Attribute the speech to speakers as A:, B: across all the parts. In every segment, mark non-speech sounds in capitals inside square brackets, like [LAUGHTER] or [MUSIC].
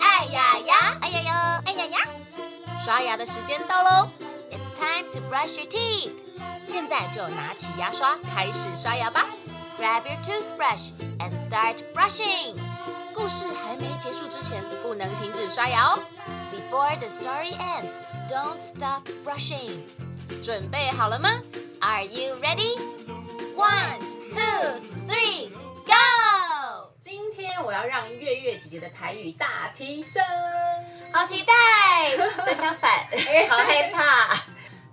A: 哎刷牙的时间到喽！
B: 哎 It's time to brush your teeth.
A: 现在就拿起牙刷开始刷牙吧。
B: Grab your toothbrush and start brushing.
A: 故事还没结束之前，不能停止刷牙哦！
B: Before the story ends, don't stop brushing.
A: 准备好了吗？
B: Are you ready?
A: One, two, three, go！今天我要让月月姐姐的台语大提升。
C: 好期待！对，相反，好害 [LAUGHS] 怕。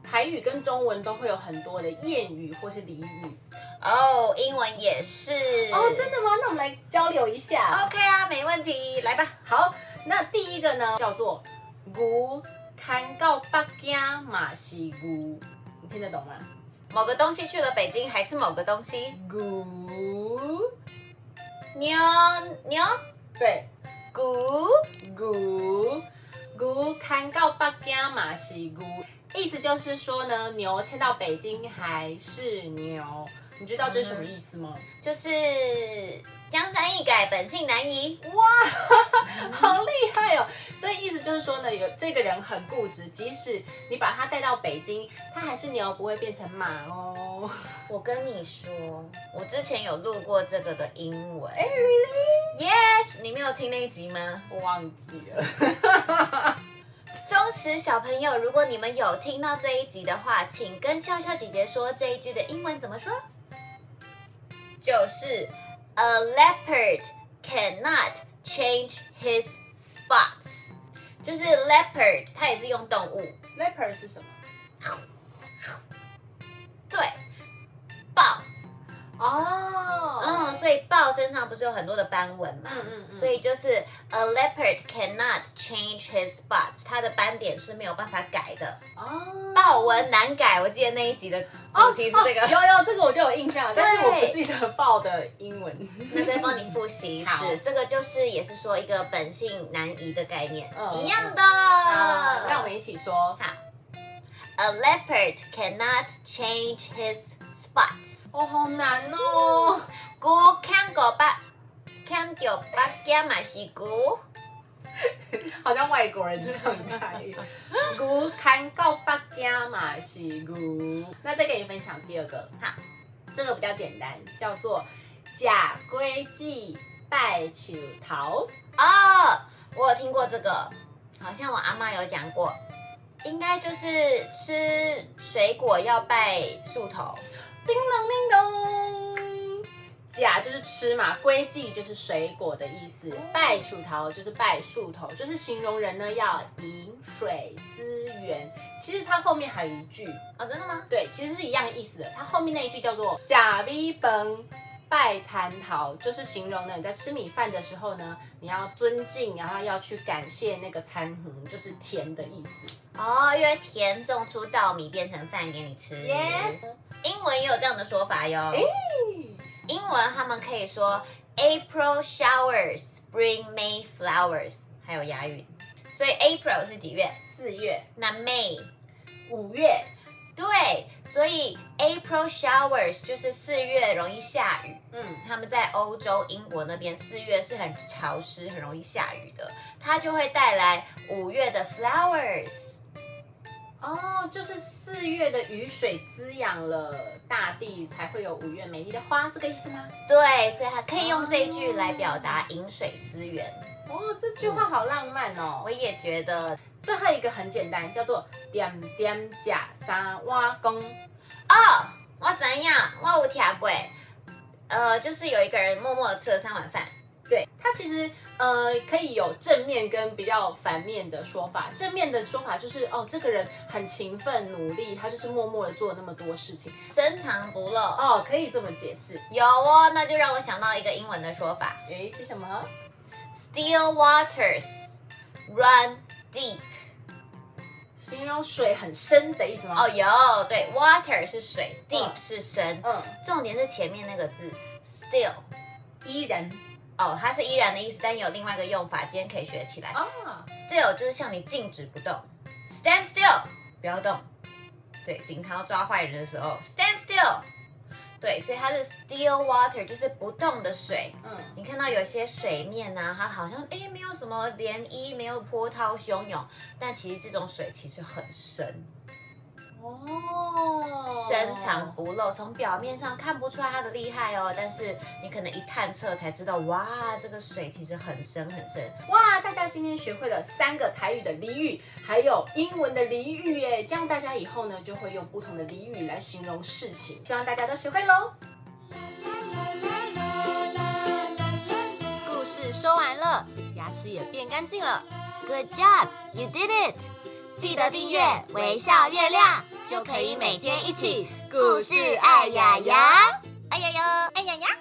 A: 台语跟中文都会有很多的谚语或是俚语。
C: 哦，英文也是。
A: 哦，真的吗？那我们来交流一下。
C: OK 啊，没问题，来吧。
A: 好，那第一个呢叫做“牛看到北京马西牛”，你听得懂吗？
C: 某个东西去了北京，还是某个东西？
A: 牛，
C: 牛牛
A: 对，
C: 骨
A: 牛牛看到北京马西牛，意思就是说呢，牛迁到北京还是牛。你知道这是什么意思吗？
C: 就是江山易改，本性难移。
A: 好厉害哦！所以意思就是说呢，有这个人很固执，即使你把他带到北京，他还是牛，不会变成马哦。
C: 我跟你说，我之前有录过这个的英文。哎、r e a l l y y e s 你没有听那一集吗？
A: 我忘记 [LAUGHS] 了。
C: 忠实小朋友，如果你们有听到这一集的话，请跟笑笑姐姐说这一句的英文怎么说？就是 A leopard cannot change his spots，就是 leopard，它也是用动物，
A: Leopard 是什么？
C: 对，豹，
A: 哦，
C: 嗯，所以豹身上不是有很多的斑纹嘛，
A: 嗯嗯嗯
C: 所以就是 A leopard cannot change his spots，它的斑点是没有办法改的，
A: 哦，
C: 豹纹难改，我记得那一集的主题是这个。
A: 哦有有这个我就有印象，
C: 对
A: 但是我不记得豹的英文。
C: 那再帮你复习一
A: 好
C: 次，这个就是也是说一个本性难移的概念，
A: 嗯
C: 一样的。
A: 啊，让我们一起说。
C: 好，A leopard cannot change his spots。
A: 哦，好难哦。
C: 古看狗吧，看狗吧，加马西古。
A: 好像外国人唱的台语。牛看到北京嘛是牛。那再跟你分享第二个，
C: 好，
A: 这个比较简单，叫做假规矩拜求桃。
C: 哦，我有听过这个，好像我阿妈有讲过，应该就是吃水果要拜树头。
A: 叮咚叮咚。假就是吃嘛，规矩就是水果的意思，拜树头就是拜树头，就是形容人呢要饮水思源。其实它后面还有一句，
C: 哦，真的吗？
A: 对，其实是一样意思的。它后面那一句叫做“假逼崩拜蚕桃”，就是形容呢你在吃米饭的时候呢，你要尊敬，然后要去感谢那个蚕红，就是甜的意思。
C: 哦，因为田种出稻米变成饭给你吃。英文也有这样的说法哟。英文他们可以说 April showers bring May flowers，还有押韵。所以 April 是几月？
A: 四月、
C: 那 May
A: 五月，
C: 对，所以 April showers 就是四月容易下雨。
A: 嗯，
C: 他们在欧洲英国那边四月是很潮湿、很容易下雨的，它就会带来五月的 flowers。
A: 哦，就是四月的雨水滋养了大地，才会有五月美丽的花，这个意思吗？
C: 对，所以还可以用这一句来表达饮水思源。
A: 哦，这句话好浪漫哦
C: 我。也觉得
A: 这还有一个很简单，叫做“点点假三挖工
C: 哦，我怎样？我有听过，呃，就是有一个人默默的吃了三碗饭。
A: 对，它其实呃可以有正面跟比较反面的说法。正面的说法就是哦，这个人很勤奋努力，他就是默默的做了那么多事情。
C: 深藏不露。
A: 哦，可以这么解释。
C: 有哦，那就让我想到一个英文的说法
A: 诶，是什么？
C: ：Still waters run deep。
A: 形容水很深的意思吗？
C: 哦，，有对，water 是水
A: 嗯
C: ，deep 是深，
A: 嗯，
C: 重点是前面那个字 still。
A: 依然
C: 哦，它是依然的意思，但有另外一个用法，今天可以学起来。
A: 啊，
C: Still 就是像你静止不动，Stand still，不要动。对，警察要抓坏人的时候，Stand still。对，所以它是 still water，就是不动的水。
A: 嗯，
C: 你看到有些水面啊，它好像诶没有什么涟漪，没有波涛汹涌，但其实这种水其实很深，
A: 哦，
C: 深藏不露，从表面上看不出来它的厉害哦，但是你可能一探测才知道，哇，这个水其实很深很深。
A: 哇！大家今天学会了三个台语的俚语，还有英文的俚语，哎，这样大家以后呢就会用不同的俚语来形容事情，希望大家都学会喽。
B: 故事说完了，牙齿也变干净了。Good job, you did it！记得订阅“微笑月亮”，哎就可以每天一起故事爱牙牙，爱牙牙，爱牙牙。